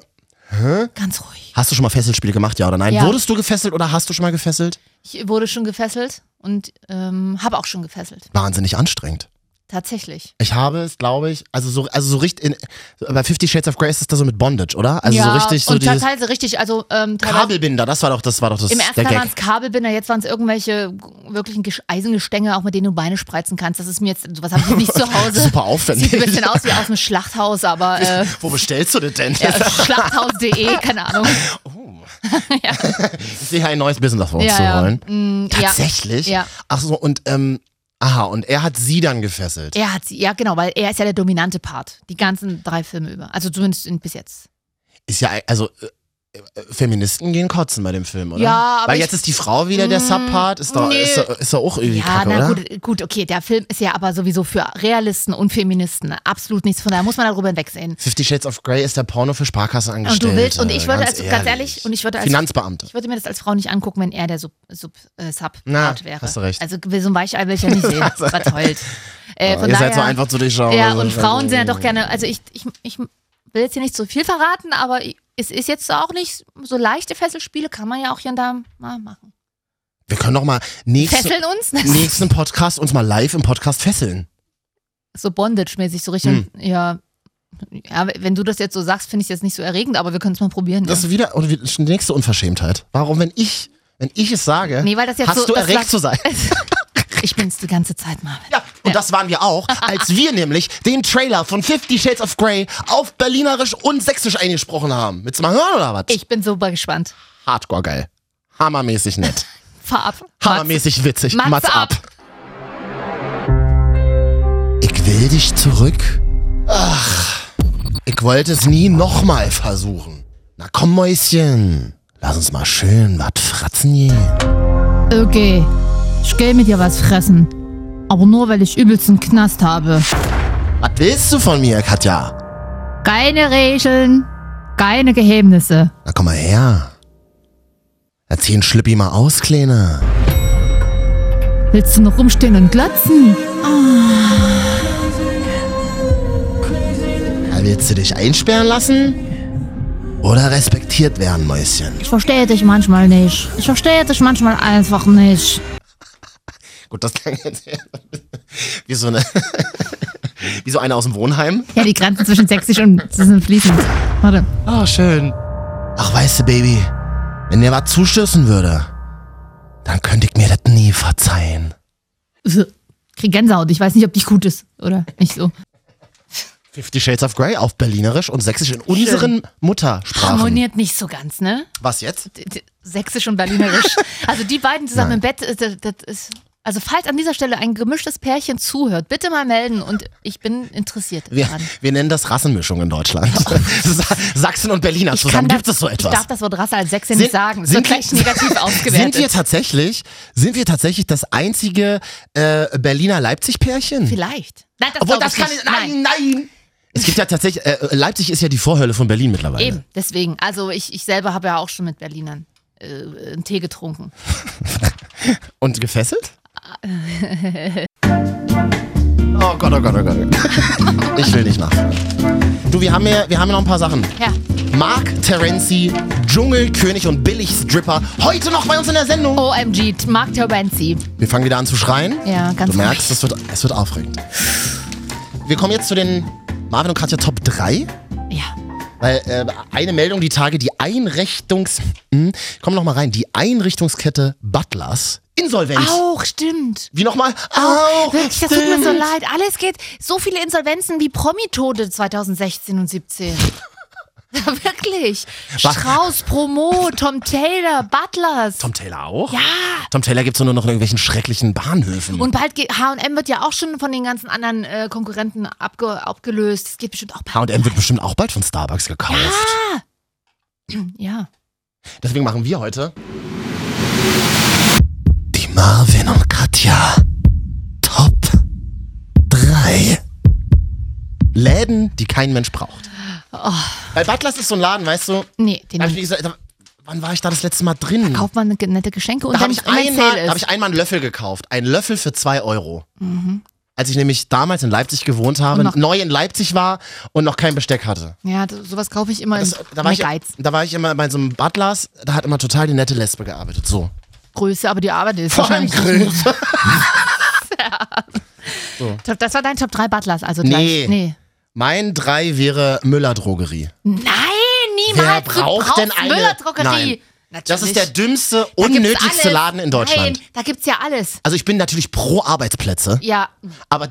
Speaker 2: ganz ruhig.
Speaker 1: hast du schon mal Fesselspiele gemacht, ja oder nein?
Speaker 2: Ja.
Speaker 1: Wurdest du gefesselt oder hast du schon mal gefesselt?
Speaker 2: Ich wurde schon gefesselt und ähm, habe auch schon gefesselt.
Speaker 1: Wahnsinnig anstrengend.
Speaker 2: Tatsächlich.
Speaker 1: Ich habe es, glaube ich, also so, also so richtig, in, bei Fifty Shades of Grey ist es da so mit Bondage, oder? Also
Speaker 2: ja,
Speaker 1: so richtig so
Speaker 2: und
Speaker 1: dieses
Speaker 2: teilweise richtig, also ähm, teilweise
Speaker 1: Kabelbinder, das war doch, das war doch das,
Speaker 2: Im ersten
Speaker 1: der
Speaker 2: Teil
Speaker 1: Gag.
Speaker 2: waren es Kabelbinder, jetzt waren es irgendwelche wirklichen Gesch- Eisengestänge, auch mit denen du Beine spreizen kannst. Das ist mir jetzt, sowas habe ich nicht zu Hause.
Speaker 1: (laughs) Super aufwendig.
Speaker 2: (laughs) Sieht
Speaker 1: (laughs)
Speaker 2: ein bisschen aus wie aus dem Schlachthaus, aber äh,
Speaker 1: Wo bestellst du das denn?
Speaker 2: ja, (laughs) schlachthaus.de, keine Ahnung.
Speaker 1: Ich sehe ein neues Business auf uns
Speaker 2: Ja,
Speaker 1: Um zu
Speaker 2: ja.
Speaker 1: rollen.
Speaker 2: Mm,
Speaker 1: Tatsächlich?
Speaker 2: Ja.
Speaker 1: Ach so, und, ähm, aha, und er hat sie dann gefesselt.
Speaker 2: Ja. Er hat sie, ja genau, weil er ist ja der dominante Part, die ganzen drei Filme über. Also zumindest in, bis jetzt.
Speaker 1: Ist ja, also, äh, äh, Feministen gehen kotzen bei dem Film, oder?
Speaker 2: Ja, aber
Speaker 1: Weil
Speaker 2: ich- Mm,
Speaker 1: jetzt ist die Frau wieder der Subpart, ist doch,
Speaker 2: nee.
Speaker 1: ist, doch- ist doch auch irgendwie
Speaker 2: ja,
Speaker 1: kacke,
Speaker 2: na
Speaker 1: oder?
Speaker 2: gut, gut, okay, der Film ist ja aber sowieso für Realisten und Feministen absolut nichts, von daher muss man darüber hinwegsehen.
Speaker 1: Fifty Shades of Grey ist der Porno für
Speaker 2: Und
Speaker 1: Sparkassenangestellte.
Speaker 2: du willst, und ich würde als, ganz ehrlich, und ich würde als
Speaker 1: Finanzbeamte.
Speaker 2: Ich würde mir das als Frau nicht angucken, wenn er der Sub, Sub, äh, Sub
Speaker 1: Na,
Speaker 2: wäre.
Speaker 1: hast du recht.
Speaker 2: Also so ein Weichei will ich ja
Speaker 1: (laughs)
Speaker 2: nicht sehen. Was heult. Äh,
Speaker 1: Ihr seid so einfach zu durchschauen.
Speaker 2: Ja,
Speaker 1: Also,
Speaker 2: und Frauen sind ja doch
Speaker 1: äh,
Speaker 2: gerne, also ich, ich, ich will jetzt hier nicht so viel verraten, aber ich- es ist jetzt auch nicht, so leichte Fesselspiele kann man ja auch hier und da mal machen.
Speaker 1: Wir können doch mal nächsten,
Speaker 2: Fesseln uns?
Speaker 1: nächsten Podcast uns mal live im Podcast fesseln.
Speaker 2: So Bondage-mäßig, so richtig,
Speaker 1: Hm.
Speaker 2: ja. Ja, wenn du das jetzt so sagst, finde ich es jetzt nicht so erregend, aber wir können es mal probieren.
Speaker 1: Das
Speaker 2: ja.
Speaker 1: ist wieder und wieder- schon die nächste Unverschämtheit. Warum, wenn ich, wenn ich es sage,
Speaker 2: Nee, weil das jetzt
Speaker 1: hast
Speaker 2: so-
Speaker 1: du
Speaker 2: das
Speaker 1: erregt
Speaker 2: lag-
Speaker 1: zu sein?
Speaker 2: (laughs) Ich bin's die ganze Zeit, Marvin.
Speaker 1: Ja, und das waren wir auch, als wir nämlich den Trailer von Fifty Shades of Grey auf Berlinerisch und Sächsisch eingesprochen haben. Willst du mal hören oder was?
Speaker 2: Ich bin super gespannt.
Speaker 1: Hardcore geil. Hammermäßig nett.
Speaker 2: Fahr ab.
Speaker 1: Hammermäßig witzig.
Speaker 2: Mats
Speaker 1: Mats
Speaker 2: ab.
Speaker 1: ab. Ich will dich zurück. Ach, ich wollte es nie nochmal versuchen. Na komm, Mäuschen. Lass uns mal schön was fratzen gehen.
Speaker 2: Okay, ich geh mit dir was fressen. Aber nur, weil ich übelsten Knast habe.
Speaker 1: Was willst du von mir, Katja?
Speaker 2: Keine Regeln, keine Geheimnisse.
Speaker 1: Na komm mal her. Erzieh den Schlippi mal aus, Kleine.
Speaker 2: Willst du noch rumstehen und glotzen?
Speaker 1: Ja, willst du dich einsperren lassen? Oder respektiert werden, Mäuschen?
Speaker 2: Ich verstehe dich manchmal nicht. Ich verstehe dich manchmal einfach nicht.
Speaker 1: Gut, das klang jetzt (laughs) eher wie so eine, (laughs) wie so eine aus dem Wohnheim.
Speaker 2: Ja, die Grenzen zwischen sächsisch und sie sind fließend. Warte.
Speaker 1: Oh, schön. Ach, weißt du, Baby, wenn dir was zustößen würde, dann könnte ich mir das nie verzeihen.
Speaker 2: Krieg Gänsehaut. Ich weiß nicht, ob dich gut ist oder nicht so.
Speaker 1: Fifty Shades of Grey auf Berlinerisch und Sächsisch in unseren Muttersprachen.
Speaker 2: Harmoniert nicht so ganz, ne?
Speaker 1: Was jetzt?
Speaker 2: D- d- Sächsisch und (laughs) Berlinerisch. Also die beiden zusammen im Bett, äh, das, das ist. Also falls an dieser Stelle ein gemischtes Pärchen zuhört, bitte mal melden und ich bin interessiert
Speaker 1: Wir,
Speaker 2: daran.
Speaker 1: wir nennen das Rassenmischung in Deutschland. (laughs) Sa Sachsen und Berliner Ah, zusammen.
Speaker 2: das-
Speaker 1: Gibt es so etwas?
Speaker 2: Ich darf das Wort Rasse als Sechse
Speaker 1: Sind-
Speaker 2: nicht sagen. Es
Speaker 1: sind
Speaker 2: wird gleich
Speaker 1: wir-
Speaker 2: negativ
Speaker 1: (laughs) Sind wir
Speaker 2: ausgewertet.
Speaker 1: tatsächlich, sind wir tatsächlich das einzige äh, Berliner-Leipzig-Pärchen?
Speaker 2: Vielleicht. Nein, das,
Speaker 1: Obwohl,
Speaker 2: glaub
Speaker 1: das
Speaker 2: ich
Speaker 1: kann
Speaker 2: nicht.
Speaker 1: ich, nein, nein, Es gibt ja tatsächlich, äh, Leipzig ist ja die Vorhölle von Berlin mittlerweile.
Speaker 2: Eben, deswegen. Also ich, ich selber habe ja auch schon mit Berlinern äh, einen Tee getrunken.
Speaker 1: Und gefesselt? oh Gott, oh Gott, oh Gott. ich will nicht nachfragen. Du, wir haben ja, wir haben ja noch ein paar Sachen.
Speaker 2: Ja.
Speaker 1: Mark Terenzi, Dschungelkönig und Billigstripper, heute noch bei uns in der Sendung.
Speaker 2: OMG, Mark Turbancy.
Speaker 1: Wir fangen wieder an zu schreien.
Speaker 2: Ja, ganz
Speaker 1: Du merkst, es wird, es wird aufregend. Wir kommen jetzt zu den Marvin und Katja Top 3.
Speaker 2: Ja.
Speaker 1: Weil äh, eine Meldung die Tage, die Einrichtungs... Hm, komm noch mal rein. Die Einrichtungskette Butlers. Insolvenz.
Speaker 2: Auch, stimmt.
Speaker 1: Wie nochmal? Auch.
Speaker 2: Wirklich, das tut mir so
Speaker 1: stimmt.
Speaker 2: leid. Alles geht. So viele Insolvenzen wie Promi-Tode 2016 und 17. Ja, (laughs) Wirklich.
Speaker 1: Was?
Speaker 2: Strauß, Promo, Tom Taylor, Butlers.
Speaker 1: Tom Taylor auch?
Speaker 2: ja.
Speaker 1: Tom Taylor gibt's nur noch in irgendwelchen schrecklichen Bahnhöfen.
Speaker 2: Und bald geht H&M wird ja auch schon von den ganzen anderen äh, Konkurrenten abge abgelöst. Es geht bestimmt auch bald.
Speaker 1: H&M wird bestimmt auch bald von Starbucks gekauft.
Speaker 2: Ja.
Speaker 1: Deswegen machen wir heute die Marvin und Katja Top 3 Läden, die kein Mensch braucht. Weil Butlers ist so ein Laden, weißt du,
Speaker 2: Oh. Nee, den
Speaker 1: da hab ich,
Speaker 2: nicht.
Speaker 1: wie gesagt, da, wann war ich da das letzte Mal drin?
Speaker 2: kauft man ge- nette Geschenke und
Speaker 1: da
Speaker 2: wenn
Speaker 1: habe
Speaker 2: ich
Speaker 1: ich, einmal-
Speaker 2: Sale
Speaker 1: da
Speaker 2: ist. Mhm.
Speaker 1: hab ich einmal einen Löffel gekauft. Einen Löffel für 2 Euro. Als ich nämlich damals in Leipzig gewohnt habe,
Speaker 2: Und noch-
Speaker 1: neu in Leipzig war und noch kein Besteck hatte.
Speaker 2: Ja, das, sowas kaufe ich immer
Speaker 1: Das,
Speaker 2: in
Speaker 1: da, war ich,
Speaker 2: Geiz.
Speaker 1: da war ich immer bei so einem Butlers, da hat immer total die nette Lesbe gearbeitet. So.
Speaker 2: Größe, aber die Arbeit ist
Speaker 1: Vor allem
Speaker 2: wahrscheinlich.
Speaker 1: Grill. (laughs)
Speaker 2: Top, das war dein Top 3 Butlers, also
Speaker 1: Nee.
Speaker 2: gleich. Nee.
Speaker 1: Mein 3 wäre Müller-Drogerie.
Speaker 2: Nein, niemals.
Speaker 1: Wer
Speaker 2: Du
Speaker 1: braucht
Speaker 2: brauchst
Speaker 1: denn eine-
Speaker 2: Müller-Drogerie. Natürlich.
Speaker 1: Das ist der dümmste,
Speaker 2: Da gibt's
Speaker 1: unnötigste
Speaker 2: alles.
Speaker 1: Laden in Deutschland.
Speaker 2: Nein, da gibt's ja alles.
Speaker 1: Also ich bin natürlich pro Arbeitsplätze,
Speaker 2: Ja,
Speaker 1: aber,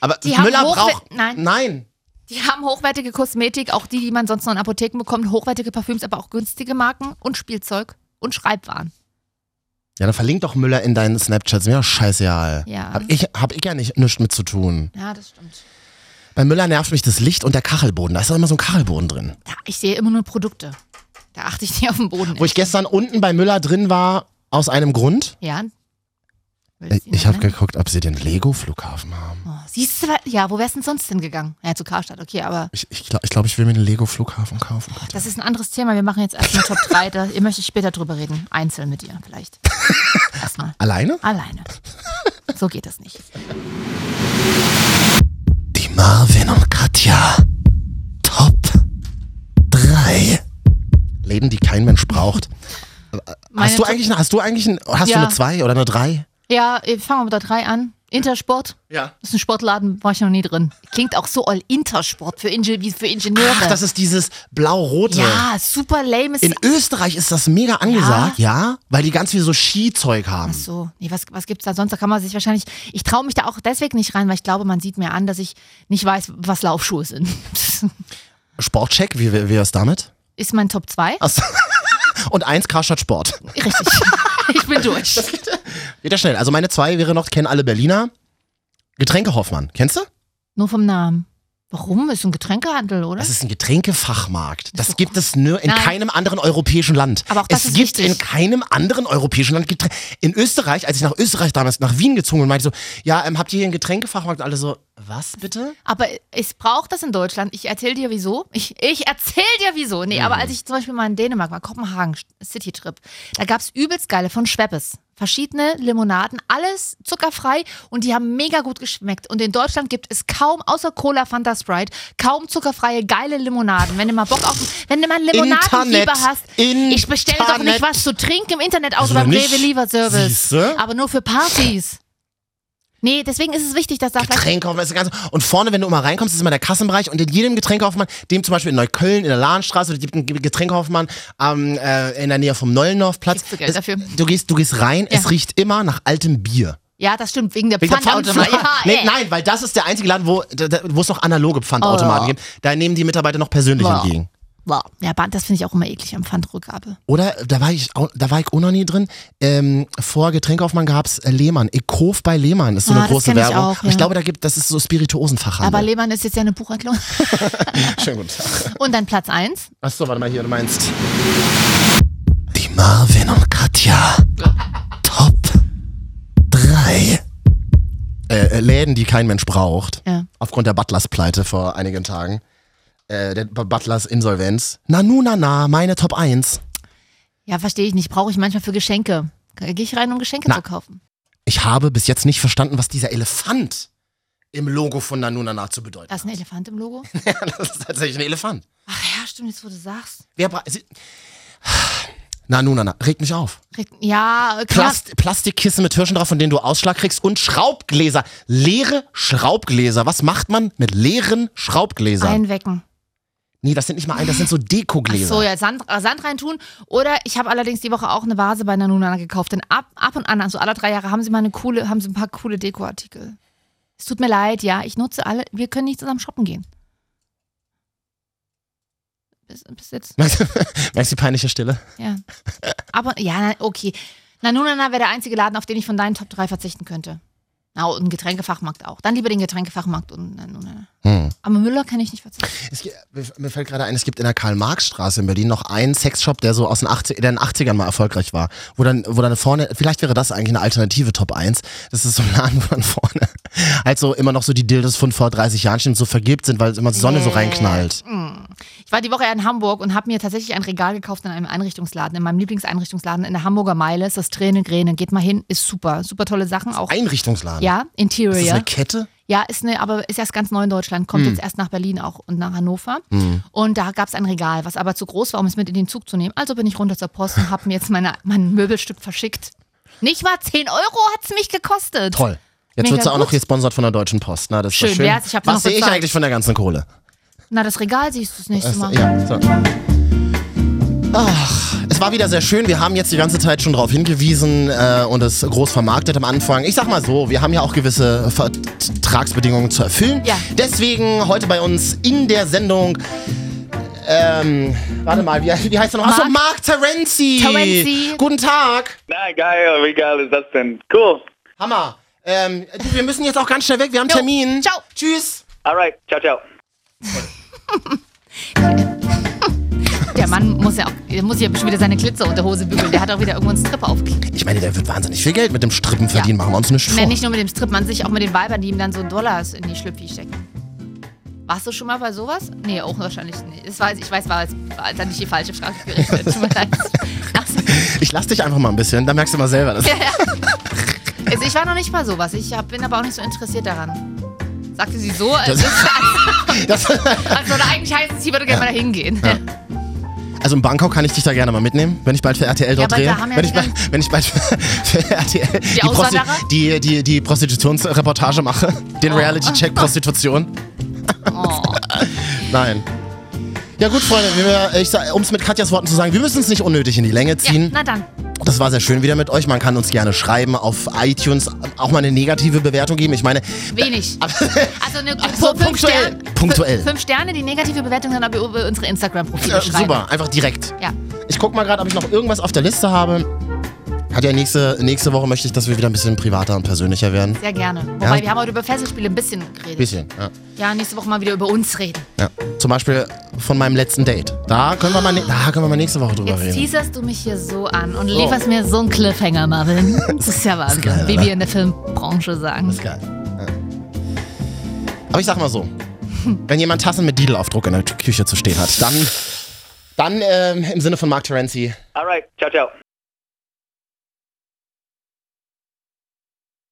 Speaker 1: aber
Speaker 2: Die haben
Speaker 1: Müller
Speaker 2: Hochwe-
Speaker 1: braucht...
Speaker 2: Nein.
Speaker 1: Nein.
Speaker 2: die haben hochwertige Kosmetik, auch die, die man sonst noch in Apotheken bekommt, hochwertige Parfüms, aber auch günstige Marken und Spielzeug und Schreibwaren.
Speaker 1: Ja, dann verlink doch Müller in deinen Snapchats. Mir doch scheißegal.
Speaker 2: Ja.
Speaker 1: Hab ich, hab ich ja nicht, nichts mit zu tun.
Speaker 2: Ja, das stimmt.
Speaker 1: Bei Müller nervt mich das Licht und der Kachelboden. Da ist doch immer so ein Kachelboden drin.
Speaker 2: Da, ich sehe immer nur Produkte. Da achte ich nicht auf den Boden.
Speaker 1: Wo ich gestern unten bei Müller drin war, aus einem Grund.
Speaker 2: ja.
Speaker 1: Ich,
Speaker 2: Willst du ihn
Speaker 1: ich habe
Speaker 2: nennen?
Speaker 1: geguckt, ob sie den Lego-Flughafen haben.
Speaker 2: Oh, siehst du, wa- ja, wo wär's denn sonst hingegangen? Ja, zu Karstadt, okay, aber
Speaker 1: Ich, ich glaube, ich, glaub, ich will mir den Lego-Flughafen kaufen.
Speaker 2: das ist ein anderes Thema. Wir machen jetzt erstmal
Speaker 1: (laughs)
Speaker 2: Top 3. Da ihr möchte ich später drüber reden. Einzeln mit ihr vielleicht. Erstmal.
Speaker 1: Alleine?
Speaker 2: Alleine. So geht das nicht.
Speaker 1: Die Marvin und Katja. Top 3. Läden, die kein Mensch
Speaker 2: (laughs)
Speaker 1: braucht.
Speaker 2: Meine
Speaker 1: hast du
Speaker 2: Top-
Speaker 1: eigentlich, eine- hast du eigentlich, ein, hast
Speaker 2: Ja.
Speaker 1: du eine 2 oder eine 3?
Speaker 2: Ja, eh, fangen wir mit der 3 an. Intersport.
Speaker 1: Ja.
Speaker 2: Das ist ein Sportladen, war ich noch nie drin. Klingt auch so all Intersport für, Inge wie für Ingenieure.
Speaker 1: Ach, das ist dieses blau-rote.
Speaker 2: ja, super lame ist.
Speaker 1: In Österreich ist das mega angesagt, ja, weil die ganz viel so Skizeug haben.
Speaker 2: Ach so, nee, was, was gibt's da sonst? Da kann man sich wahrscheinlich. Ich traue mich da auch deswegen nicht rein, weil ich glaube, man sieht mir an, dass ich nicht weiß, was Laufschuhe sind. (laughs)
Speaker 1: Sportcheck, wie wie- wie wär's damit?
Speaker 2: ist mein Top 2?
Speaker 1: Ach so. Und eins Karstadt Sport.
Speaker 2: (laughs) Richtig.
Speaker 1: (laughs)
Speaker 2: ich bin durch.
Speaker 1: Geht ja schnell. Also meine zwei wäre noch, kennen alle Berliner. Getränke Hoffmann, kennst du?
Speaker 2: Nur vom Namen. Warum? Ist ein Getränkehandel, oder?
Speaker 1: Das ist ein Getränkefachmarkt. Das gibt es nur in
Speaker 2: Nein.
Speaker 1: keinem anderen europäischen Land.
Speaker 2: Aber auch das
Speaker 1: es
Speaker 2: ist
Speaker 1: gibt
Speaker 2: wichtig.
Speaker 1: in keinem anderen europäischen Land Getränke. In Österreich, als ich nach Österreich damals nach Wien gezogen bin, meinte ich so, ja, ähm, habt ihr hier einen Getränkefachmarkt? Und alle so, was bitte?
Speaker 2: Aber ich brauche das in Deutschland. Ich erzähle dir wieso. Ich, ich erzähle dir wieso. Nee,
Speaker 1: Mhm.
Speaker 2: aber als ich zum Beispiel mal in Dänemark war, Kopenhagen, City-Trip, da gab's übelst geile von Schweppes. Verschiedene Limonaden, alles zuckerfrei und die haben mega gut geschmeckt. Und in Deutschland gibt es kaum, außer Cola, Fanta, Sprite, kaum zuckerfreie, geile Limonaden. Wenn du mal Bock auf, wenn du mal einen Limonadenfieber
Speaker 1: Internet.
Speaker 2: hast, ich bestelle doch nicht
Speaker 1: Internet.
Speaker 2: was zu trinken im Internet, außer
Speaker 1: Also
Speaker 2: beim
Speaker 1: nicht.
Speaker 2: Rewe-Lieferservice.
Speaker 1: Siehste?
Speaker 2: Aber nur für Partys. Nee, deswegen ist es wichtig, dass da vielleicht
Speaker 1: Getränkehoffmann ist das Ganze. Und vorne, wenn du immer reinkommst, ist immer der Kassenbereich und in jedem Getränkehoffmann, dem zum Beispiel in Neukölln, in der Lahnstraße, oder gibt einen Getränkehoffmann am, äh, in der Nähe vom Nollendorfplatz.
Speaker 2: Kriegst du Geld
Speaker 1: Es-
Speaker 2: dafür.
Speaker 1: Du gehst, du gehst rein,
Speaker 2: Ja.
Speaker 1: es riecht immer nach altem Bier.
Speaker 2: Ja, das stimmt, wegen der
Speaker 1: Wegen der
Speaker 2: Pfandautomat.
Speaker 1: Pfandflaschen.
Speaker 2: Ja,
Speaker 1: (laughs) nee,
Speaker 2: ey.
Speaker 1: nein, weil das ist der einzige Laden, wo da- da- wo es noch analoge Pfandautomaten
Speaker 2: Oh.
Speaker 1: gibt. Da nehmen die Mitarbeiter noch persönlich
Speaker 2: Wow.
Speaker 1: entgegen.
Speaker 2: Wow. Ja, Band, das finde ich auch immer eklig am Pfandrückgabe.
Speaker 1: Oder da war ich auch, da war ich auch noch nie drin. Ähm, vor Getränkeaufmann gab's äh, Lehmann. Ekof bei Lehmann ist so
Speaker 2: Ah,
Speaker 1: eine
Speaker 2: das
Speaker 1: große
Speaker 2: kenn ich
Speaker 1: Werbung.
Speaker 2: auch,
Speaker 1: Und ich
Speaker 2: ja.
Speaker 1: glaube, da gibt das ist so Spirituosenfachhandel.
Speaker 2: Aber Lehmann ist jetzt ja
Speaker 1: (laughs)
Speaker 2: eine Buchhandlung.
Speaker 1: Schönen guten Tag.
Speaker 2: Und dann Platz eins.
Speaker 1: Achso, warte mal hier, du meinst. Die Marvin und Katja. Top 3. Äh, äh, Läden, die kein Mensch braucht.
Speaker 2: Ja.
Speaker 1: Aufgrund der Butlers-Pleite vor einigen Tagen. Äh, der B- Butlers Insolvenz. Nanu, na, na, meine Top 1.
Speaker 2: Ja, verstehe ich nicht. Brauche ich manchmal für Geschenke. Gehe ich rein, um Geschenke
Speaker 1: Na.
Speaker 2: zu kaufen.
Speaker 1: Ich habe bis jetzt nicht verstanden, was dieser Elefant im Logo von Nanu, na, na zu bedeuten
Speaker 2: Da ist ein Elefant
Speaker 1: (laughs)
Speaker 2: im Logo.
Speaker 1: hat. das ist tatsächlich ein Elefant.
Speaker 2: Ach ja, stimmt, jetzt wo du sagst.
Speaker 1: Wer bra Sie Nanu, na, na, regt mich auf.
Speaker 2: Regt- Ja, äh, klar.
Speaker 1: Plast Plastikkissen mit Hirschen drauf, von denen du Ausschlag kriegst und Schraubgläser. Leere Schraubgläser. Was macht man mit leeren Schraubgläsern?
Speaker 2: Einwecken.
Speaker 1: Nee, das sind nicht mal ein, das sind so
Speaker 2: Ach
Speaker 1: Dekogläser.
Speaker 2: so, ja, Sand, äh, Sand reintun. Oder ich habe allerdings die Woche auch eine Vase bei Nanunana gekauft. Denn ab, ab und an, also alle drei Jahre, haben sie mal eine coole, haben sie ein paar coole Dekoartikel. Es tut mir leid, ja, ich nutze alle. Wir können nicht zusammen shoppen gehen. Bis, bis jetzt.
Speaker 1: Merkst du- (laughs) merkst du die peinliche Stille?
Speaker 2: Ja. Aber ja, na, okay. Nanunana wäre der einzige Laden, auf den ich von deinen Top 3 verzichten könnte. Na, und ein Getränkefachmarkt auch. Dann lieber den Getränkefachmarkt und Nanunana.
Speaker 1: Hm.
Speaker 2: Aber Müller kann ich nicht verzichten.
Speaker 1: Es, gibt- mir- mir fällt gerade ein, es gibt in der Karl-Marx-Straße in Berlin noch einen Sexshop, der so aus den, 80, der in den 80ern mal erfolgreich war. Wo dann, wo dann vorne, vielleicht wäre das eigentlich eine alternative Top 1. Das ist so ein Laden, wo dann vorne (laughs) halt so immer noch so die Dildos von vor 30 Jahren stehen, und so vergilbt sind, weil immer die Sonne so
Speaker 2: Nee.
Speaker 1: reinknallt.
Speaker 2: Äh, mm. Ich war die Woche ja in Hamburg und habe mir tatsächlich ein Regal gekauft in einem Einrichtungsladen, in meinem Lieblingseinrichtungsladen in der Hamburger Meile. Ist das Träne Gräne. Geht mal hin, ist super. Super tolle Sachen auch.
Speaker 1: Einrichtungsladen.
Speaker 2: Ja,
Speaker 1: Ist das
Speaker 2: Interior.
Speaker 1: eine Hm. Kette?
Speaker 2: Ja, ist eine, aber ist erst ganz neu in Deutschland, kommt jetzt erst nach Berlin auch und nach Hannover.
Speaker 1: Hm.
Speaker 2: Und da gab es ein Regal, was aber zu groß war, um es mit in den Zug zu nehmen. Also bin ich runter zur Post und habe mir jetzt meine, mein Möbelstück verschickt. Nicht mal 10 Euro hat's mich gekostet.
Speaker 1: Toll. Jetzt
Speaker 2: Mega
Speaker 1: wird sie auch noch
Speaker 2: gut.
Speaker 1: gesponsert von der Deutschen Post. Na, das ist doch
Speaker 2: Schön
Speaker 1: schön.
Speaker 2: wär's, ich hab's noch
Speaker 1: Was sehe ich
Speaker 2: bezahlt.
Speaker 1: eigentlich von der ganzen Kohle?
Speaker 2: Na, das Regal siehst du das nächste Mal.
Speaker 1: Ja, so. Ach, es war wieder sehr schön. Wir haben jetzt die ganze Zeit schon darauf hingewiesen äh, und es groß vermarktet am Anfang. Ich sag mal so, wir haben ja auch gewisse Vertragsbedingungen zu erfüllen.
Speaker 2: Ja.
Speaker 1: Deswegen heute bei uns in der Sendung. Ähm, warte mal, wie, wie heißt er noch? Achso, Mark Terenzi.
Speaker 2: Terenzi.
Speaker 1: Guten Tag.
Speaker 5: Na geil, wie geil ist das denn? Cool.
Speaker 1: Hammer. Ähm, du, wir müssen jetzt auch ganz schnell weg. Wir haben
Speaker 2: Jo.
Speaker 1: Termin.
Speaker 2: Ciao.
Speaker 1: Tschüss.
Speaker 5: Alright, ciao, ciao.
Speaker 2: Der Mann muss ja auch, der muss ja schon wieder seine Glitzer unter Hose bügeln. Der hat auch wieder irgendwo einen Strip aufgekriegt.
Speaker 1: Ich meine, der wird wahnsinnig viel Geld mit dem Strippen verdienen.
Speaker 2: Ja.
Speaker 1: Machen wir uns nicht vor.
Speaker 2: Nee, nicht nur mit dem Strip, man sich auch mit den Weibern, die ihm dann so Dollars in die Schlüpfi stecken. Warst du schon mal bei sowas? Nee, auch wahrscheinlich nicht. Das weiß, ich weiß, war jetzt war dann nicht die falsche Frage gerichtet. Tut mir leid. Ach so.
Speaker 1: Ich lass dich einfach mal ein bisschen, dann merkst du mal selber.
Speaker 2: (laughs)
Speaker 1: Das
Speaker 2: Also ich war noch nicht bei sowas. Ich hab, bin aber auch nicht so interessiert daran. Sagte sie so, also, als,
Speaker 1: Das,
Speaker 2: als würde eigentlich heißen, sie würde gerne mal dahin gehen.
Speaker 1: also in Bangkok kann ich dich da gerne mal mitnehmen, wenn ich bald für RTL dort
Speaker 2: aber
Speaker 1: drehe.
Speaker 2: da haben ja
Speaker 1: wenn,
Speaker 2: die
Speaker 1: ich bald, wenn ich bald für, für RTL die,
Speaker 2: Auswanderer?
Speaker 1: die, die, die Prostitutionsreportage mache. Den
Speaker 2: Oh.
Speaker 1: Reality-Check Prostitution.
Speaker 2: Oh.
Speaker 1: Nein. Ja gut, Freunde, wir- ich sag- um es mit Katjas Worten zu sagen, wir müssen es nicht unnötig in die Länge
Speaker 2: Ja,
Speaker 1: ziehen.
Speaker 2: na dann.
Speaker 1: Das war sehr schön wieder mit euch. Man kann uns gerne schreiben auf iTunes, auch mal eine negative Bewertung geben. Ich meine,
Speaker 2: Wenig. Also eine, so
Speaker 1: so,
Speaker 2: fünf,
Speaker 1: punktuell.
Speaker 2: Sterne,
Speaker 1: Punktuell.
Speaker 2: fünf- Fünf Sterne, die negative Bewertung dann aber über unsere Instagram-Profile
Speaker 1: äh,
Speaker 2: schreiben.
Speaker 1: super, einfach direkt.
Speaker 2: Ja.
Speaker 1: Ich guck mal gerade, ob ich noch irgendwas auf der Liste habe. Hat ja nächste, nächste Woche möchte ich, dass wir wieder ein bisschen privater und persönlicher werden.
Speaker 2: Sehr gerne. Wobei,
Speaker 1: Ja.
Speaker 2: wir haben heute über Fesselspiele ein bisschen geredet.
Speaker 1: Bisschen, ja.
Speaker 2: Ja, nächste Woche mal wieder über uns reden.
Speaker 1: ja. Zum Beispiel von meinem letzten Date. Da können wir mal, ne da können wir mal nächste Woche drüber
Speaker 2: Jetzt
Speaker 1: reden. Oh.
Speaker 2: teaserst du mich hier so an und lieferst mir so einen Cliffhanger, Marvin. Das ist ja Wahnsinn,
Speaker 1: geil,
Speaker 2: wie
Speaker 1: oder?
Speaker 2: wir in der Filmbranche sagen.
Speaker 1: Ist geil. Ja. Aber ich sag mal so, wenn jemand Tassen mit Didelaufdruck in der Küche zu stehen hat, dann, dann ähm, im Sinne von Mark Terenzi,
Speaker 5: Alright, ciao, ciao.